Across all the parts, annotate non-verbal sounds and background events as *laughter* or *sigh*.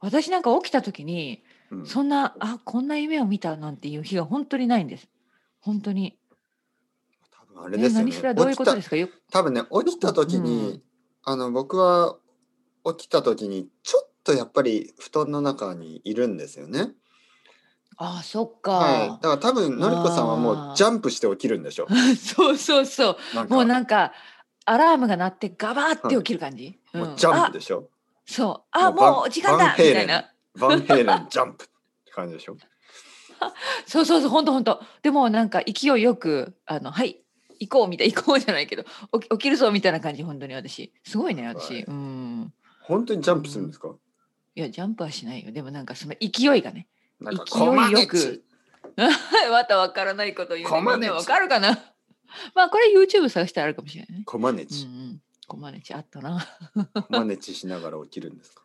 私なんか起きた時に、うんそんなあこんな夢を見たなんていう日が本当にないんです本当に、多分あれねですよね。何しらどういうことで落ちすかよた多分ね、落ちた時に、うんあの、僕は起きた時に、ちょっとやっぱり布団の中にいるんですよね。あそっはい。かだ、から多分、のりこさんはもあーうジャンプして起きるんでしょ *laughs* そうそうそうう。なんかもうなんかアラームが鳴ってガバーって起きる感じ、もううんジャンあプでしょ。そうあもうバンもう時間だバンみヘイたレンいなバンヘイレンジャンプって感じでしょ。そうそうそう、本当本当。でもなんか勢いよく、あの、はい、行こうみたいな、行こうじゃないけど、起き起きるぞみたいな感じ、本当に私。すごいね、私。はいうん。本当にジャンプするんですか。いや、ジャンプはしないよ。でもなんかその勢いがね。なんか勢いよくコマネチ *laughs* またわからないこと言う、ね。コマみんネチなわかるかな *laughs* まあ、これ YouTube 探したらあるかもしれないね。コマネうんうチ、ん。コマネチあったな。 *laughs* コマネチしながら起きるんですか。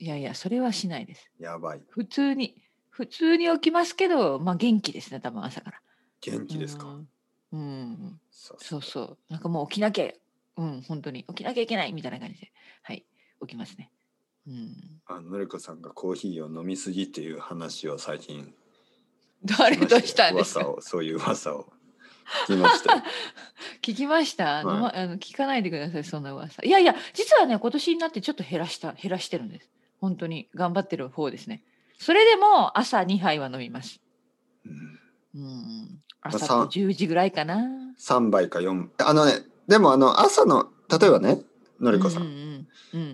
いやいや、それはしないです。やばい。普通に、普通に起きますけど、まあ元気ですね、多分朝から。元気ですか。うんうん。さすそがうそう。なんかもう起きなきゃ、うん、本当に起きなきゃいけないみたいな感じで、はい、起きますね。うん。あののりこさんがコーヒーを飲みすぎっていう話を最近誰聞きまとしたんです噂かをそういう噂を聞きまし *laughs* たよ聞きました、はい飲まあの聞かないでください、そんな噂。いやいや、実はね、今年になってちょっと減らした、減らしてるんです。本当に頑張ってる方ですね。それでも朝2杯は飲みます。うんうん。あ朝さんと10時ぐらいかな。 3杯か4あのねでもあの朝の例えばねのりこさん、うんうんうん。うん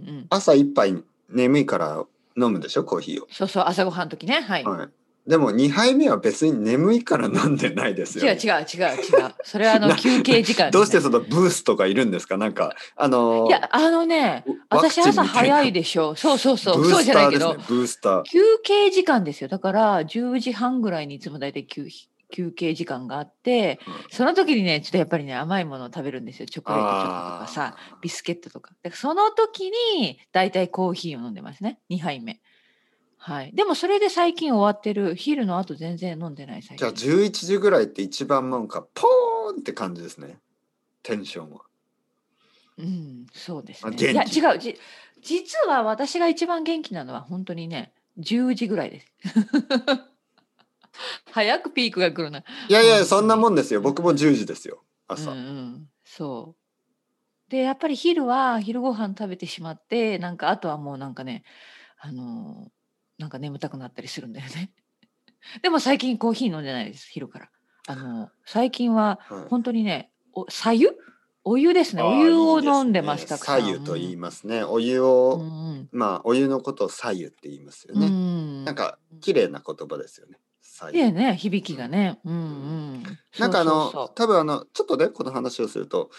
うん、朝1杯眠いから飲むでしょコーヒーを、そうそう、朝ごはんの時ね。はい。はい、でも2杯目は別に眠いから飲んでないですよ違う違う違う違う。それはあのな休憩時間、ね。どうしてそのブースとかいるんですかなんかあのいや、あのね、ワク私チンみ朝たな早いでしょ。そうそうそう。ブーそうじスゃタないーけですどね、ブースター休憩時間ですよ。だから、10時半ぐらいにいつも大体休休憩時間があって、うんその時にね、ちょっとやっぱりね、甘いものを食べるんですよ。チョコレートチョコとかさ、あービスケットとか。だからその時に、大体コーヒーを飲んでますね。2杯目。はい。でも、それで最近終わってる。昼の後全然飲んでない最じゃあ近。 11時ぐらいって一番もんかポーンって感じですねテンションは。うん、そうですあね。元いや、気違う。じ実は私が一番元気なのは本当にね、10時ぐらいです。 *laughs* 早くピークが来るな。いやいやうんそんなもんですよ僕も10時ですよ朝。うんうん、そう。で、やっぱり昼は昼ご飯食べてしまって、なんかあとはもうなんかね、あのーなんか眠たくなったりするんだよね。 *laughs* でも最近コーヒー飲んでないです、昼から。あのー最近ははい本当にね、お、茶湯お湯ですね。あーお湯をいいですね飲んでましたから。左右と言いうんますね。お湯うを、んうんまあお湯のことを左右って言いますようね。ん、なんか綺麗な言葉ですよね。左いい右。ね響きがねうんうんなんかあのそうそう多分あのちょっとねこの話をすると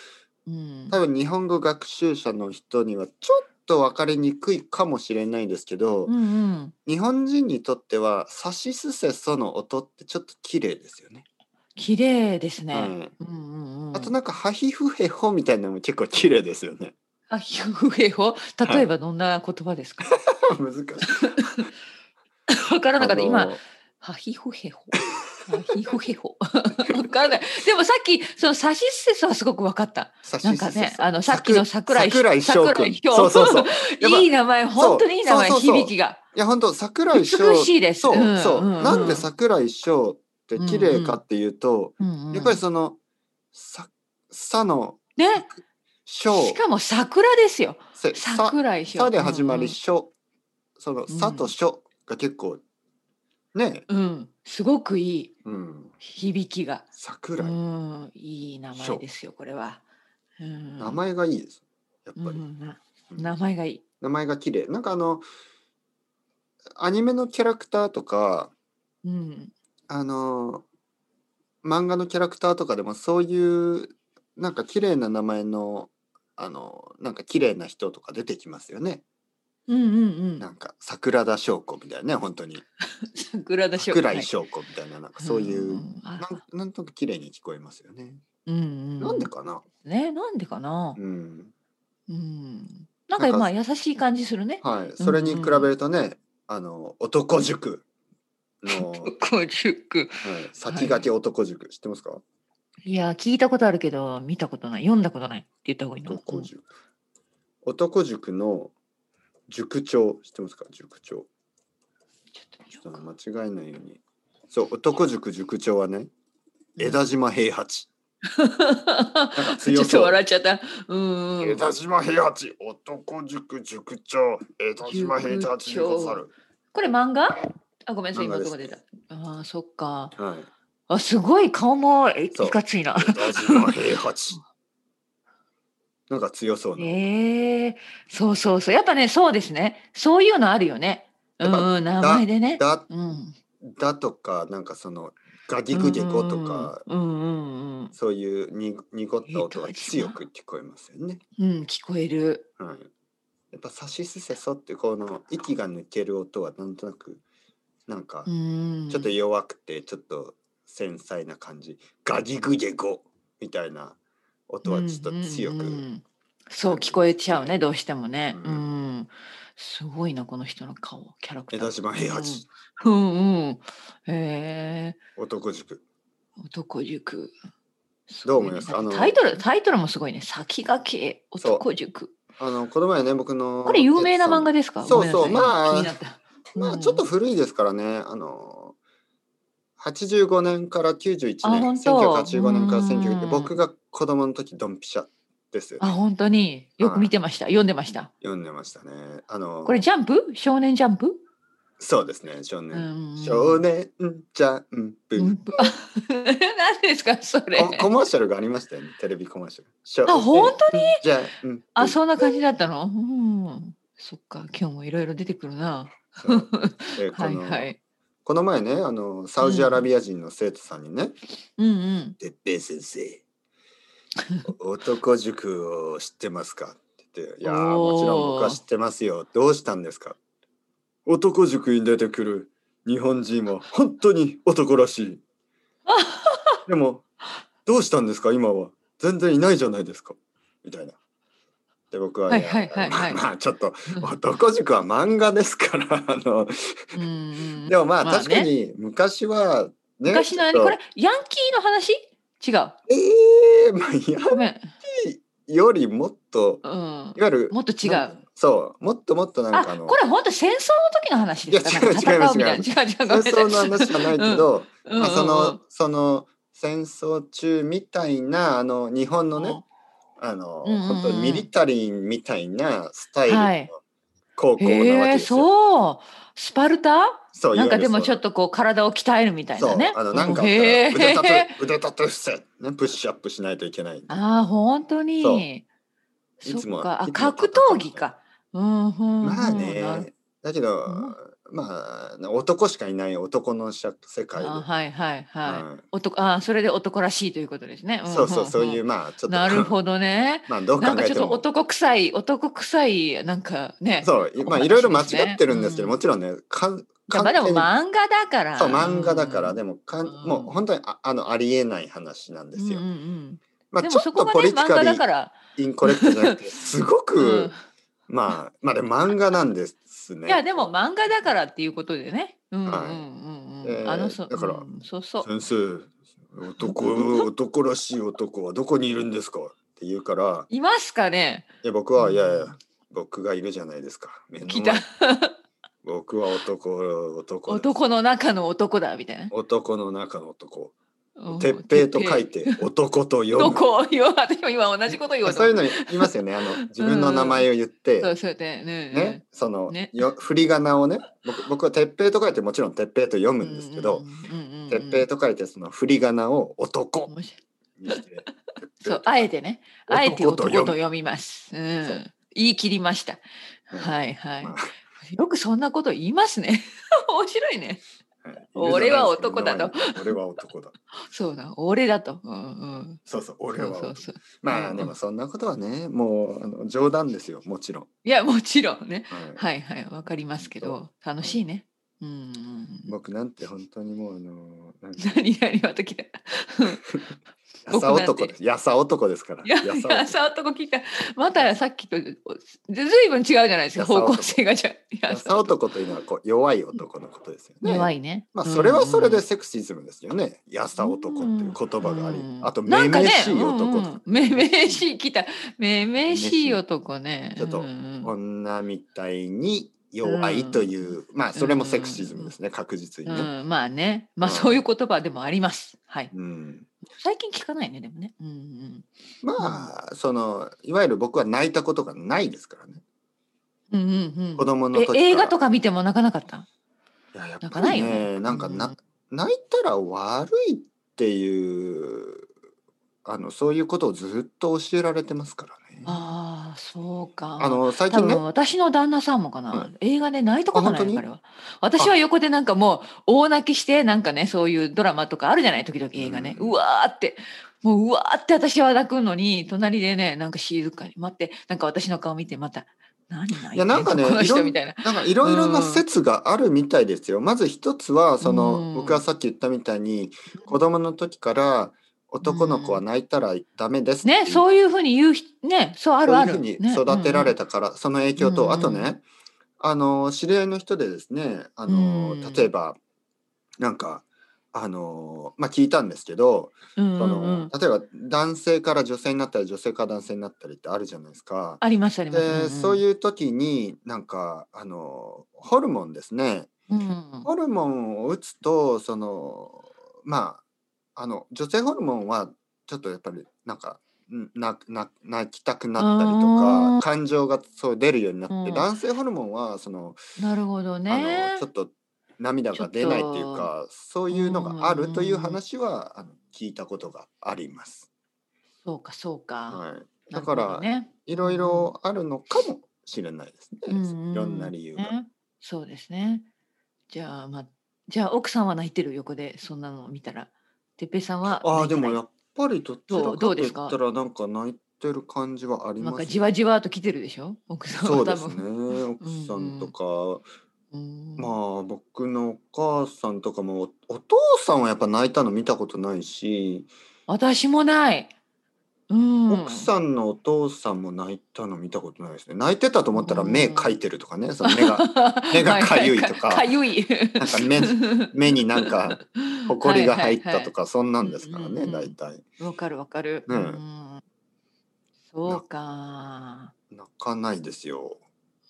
そううん多分日本語学習者の人にはちょっと分かりにくいかもしれないんですけど、うんうん日本人にとってはサシスセソの音ってちょっと綺麗ですよね。綺麗ですね、はいうんうんうんあとなんかハヒフヘホみたいなのも結構綺麗ですよね。あひゅうえを例えばどんな言葉 *laughs* ですか難しい。わからなかったあ今のはひふへほ。はひふへほ。 *laughs* わからない。でもさっき、そのサシスセスはすごくわかった。サシなんスセかソね、あの、さっきの桜井桜井翔桜君。井翔そうそうそう。やっぱいい名前、本当にいい名前、そうそうそう響きが。いや本当桜井美翔。しいです。そうそう。んんなんで桜井翔って綺麗かっていうと、うんうんやっぱりそのささのね、翔しかも桜ですよ。せさ桜井翔さで始まりうん翔そのさと翔が結構ねうん、うんすごくいいうん響きが、う桜井ん、いい名翔前ですよこれは、うん、名前がいいですやっうんぱうり、んううんん、名前がいい、名前が綺麗なんかあのアニメのキャラクターとかうん、あの漫画のキャラクターとかでもそういうなんか綺麗な名前のあのなんか綺麗な人とか出てきますよねうんうんうんなんか桜田翔子みたいなね本当に桜田翔桜井翔子みたいななんかそういう、んあなんなんとなく綺麗に聞こえますよね、うんうん、なんでかなねなんでかなうんうん、なんかなんかまあ優しい感じするねはいそれに比べるとね、あの男塾の、はい、五十句先駆け男塾、知ってますかいや聞いたことあるけど見たことない読んだことないって言った方がいいの男塾。男塾の塾長、知ってますか塾長。ちょっと見ちよょっうとか間違えないように。そう、男塾塾長はね、枝島 *laughs* 平八。かち強ょそうっと笑っちゃった。うんうん。島平八、男塾塾長、枝塾。これ漫画あ、ごめんなさい、漫画今でどすこ出た。ああ、そっか。はい。あ、すごい顔もえいそうかついな。枝島平八。 *laughs* なんか強そうな。ええそうそうそう。やっぱね、そうですね。そういうのあるよね。うやっぱんうん、名前でね。だ、うん。だとか、なんかその、ガギグゲゴとか、うんうんうんそういうに濁った音が強く聞こえますよね。うん。うん、聞こえる。はい。やっぱさしすせそってこの息が抜ける音はなんとなくなんかうん。ちょっと弱くてちょっと繊細な感じ、ガギグゲゴみたいな音はちょっと強うく、んうんうんそう聞こえちゃうねどうしてもね、ううんんすごいなこの人の顔キャラクター江田島平八、うんうんへえ男塾男塾すどごう思いねますだってあのタイトルタイトルもすごいね先駆けそう男塾あのこの前ね僕のこれ有名な漫画ですかそうそうごめんなさいまあ気になったまうあんちょっと古いですからね、あの85年から91あ年本当1985年から1990うん年僕が子供の時ドンピシャですよあね本当によく見てました、読んでました読んでましたねあのこれジャンプ少年ジャンプ、そうですね少う年、ん、少年ジャンプ、うん *laughs* あ何ですかそれココマーシャルがありましたよねテレビコマーシャルあ本当にジャンプあ、そんな感じだったの。うん。そっか、今日もいろいろ出てくるな。そうでこはいのはい。この前ねあのサウジアラビア人の生徒さんにねうんうん「哲、平、先生お男塾を知ってますか?」って言って「いやーおーもちろん僕は知ってますよどうしたんですか?」男塾に出てくる日本人は本当に男らしいでもどうしたんですか今は全然いないじゃないですかみたいな。で僕は、はいいやはいはいはいまあまあちょっと男塾は漫画ですからあのうんうん。でもまあまあね確かに昔はね昔のあれ、ちょっことれ、ヤンキーの話。違う。ええまあいやごめん。よりもっとうんい。わゆるもっと違なんうか。そうもっともっとなんかああ、のこれ本当戦争の時の話ですか。いや違うなんか違い戦まうすみたいな。違う違う。ごめんなさい戦争の話じゃないけど、うんまあ、そうんうんうんのその戦争中みたいなあの日本のねあの、うんうんうん本当にミリタリーみたいなスタイルはいの高校なわへけえ、ですよ。そう。スパルタ。そうなんかでもちょっっとこう体を鍛えるみたいなね。そうあのなんかあったへら腕立え。て腕立て伏せ、ね、プッシュアップしないといけない。ああ、本当に。そういそつもっか、あいつも格闘技か。うん、うん、まなあるねだけど、まあ男しかいない男の社世ほ界どで、あはい、はい、はい。うん男、あ、それで男らしいということですね。んそうそうそういううんまあちょっとなるほどね。 *laughs* まあどう考なんかえちょってとも男臭い、男臭い、なんかね。そうまお話ですあねいろいろ間違ってるんですけうど、んもちろんねかんまあ、で完全もに漫画だから。そう漫画だから、うんでもかん、うんもう本当にああのありえない話なんですよ。うんうんうまんであちもょっそとこがポね、リティ漫画カリだかーら。インコレクトじゃなくてすごうく、んまあまあでも漫画なんですね。いや、でも漫画だからっていうことでね。うん、うん、うん、うん。はいえーあの、そ、だかうらんそうそう。先生男男らしい男はどこにいるんですかって言うからいますかね。いや僕は、うんいやいや僕がいるじゃないですか目の前来た。僕は男男です男の中の男だみたいな。男の中の男うん鉄平と書い。て男とど呼ぶこ *laughs* よ私も今同じこと言おうとそういう思っの言いますよねあの自分の名前を言って、た。そうそうやってね。ね、その、ねよ振り仮名をね僕僕は鉄平と書いてもちろん鉄平と読むんですけど、うん鉄平と書いてその振り仮名を男面白いにしてそうあえてね、あえて男男と読むと読みます。うそんう、言い切りました。うんはいはいま。 *laughs* よくそんなこと言いますね。 *laughs* 面白いね。はい俺は男だと。俺は男だ。そうだ、俺だと。うんうん。そうそう、俺はそう男。そうそう。まあ、でもそんなことはね、もうあの冗談ですよ、もちろん。いやもちろんね。はい、はいはい、わかりますけど、楽しいね。うんうんうん。 *laughs* 僕なんて本当にもう、あの、なんか何何また来た。やさ行男ってです。やさ男ですから。いや、やいさや、男さとこ聞いた。またさっきと、おずずいぶん違うじゃないですか、やさお方と向性がじゃ。いややさ男というのはこう弱い男のことですよね。弱いね。まあそれはそれでうんセクシズムですよね。やさ男っていう言葉がありう、んあとなめんかめねしい男うとんかうん。めめしい、来た。めめしい男ね。ちょっとうんうん女みたいに弱いという、まあそれもセクシズムですね、確実にね。うん、まあね、まあうんそういう言葉でもあります。はい。うん、最近聞かないね、でもね。うんうん。まあそのいわゆる僕は泣いたことがないですからねうんうんうん子供のえ時から映画とか見ても泣かなかった。いややっ泣かぱなりいよねねなんかな、うん泣いたら悪いっていうあのそういうことをずっと教えられてますからね。ああ、そうか。あの最多近ね分私の旦那さんもかな、うん映画で泣いたことあな本当いに彼は私は横でなんかもう大泣きしてなんかねそういうドラマとかあるじゃない時々映画ね、ううんわーってもううわーって私は泣くのに隣でねなんか静かに待ってなんか私の顔見てまた何泣いてんのいやなんかねこのい人ろんみたいな。なんかいろいろなうん説があるみたいですよ。まず一つはその、うん僕がさっき言ったみたいに子供の時から男の子は泣いたらダメですっていうねそういうふうに言うひねそうあるある。そういうふうねに育てられうんたから、その影響うと、んうんあとねあの知り合いの人でですねあの、うん例えばなんかあのまあ聞いたんですけど、うんそうんうんの例えば男性から女性になったり女性から男性になったりってあるじゃないですか。ありますありで、ます。そうういう時になんかあのホルモンですねんうん、うんホルモンを打つとそのまああの女性ホルモンはちょっとやっぱりなんかんなな泣きたくなったりとうかん感情がそう出るようになって、うん男性ホルモンはその、なるほどあねのちょ。っと涙が出ないっていうかそういうのがあるという話はあの聞いたことがあります。そうかそうか。はい、なるだかほどら、ね、いろいろあるのかもしれないですね、いろんな理由が。ねそうですね。じゃあ、まあ、じゃあ奥さんは泣いてる横でそんなのを見たら、てっぺいさんはあ泣あいてでないもやっぱりどっちらどかうどとうで言っすかたらなんか泣いてる感じはありなんまかすじわじわと来てるでしょ奥さんそはう多ですね分。奥さんとか、うんまあ僕のお母さんとかもおお父さんはやっぱ泣いたの見たことないし、私もない。うん、奥 *laughs* さんのお父さんも泣いたの見たことないですね泣いてたと思ったら目かいてるとかね、その *laughs* 目が目がかゆいとかははかゆい。なんか目目になんかほこりが入ったとか。か、そんなんですからね、うんうんうん大体わかるわかる。ねうんそうか。泣かないですよ。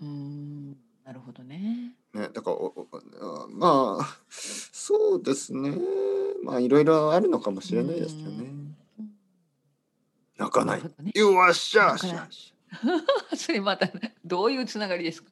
うん。なるほどね。ね、だからおおあまあそうですねまあいろいろあるのかもしれないですけどねうん泣かないるほどね。 *laughs* よっしゃ泣かないよっしゃそれまたどういうつながりですか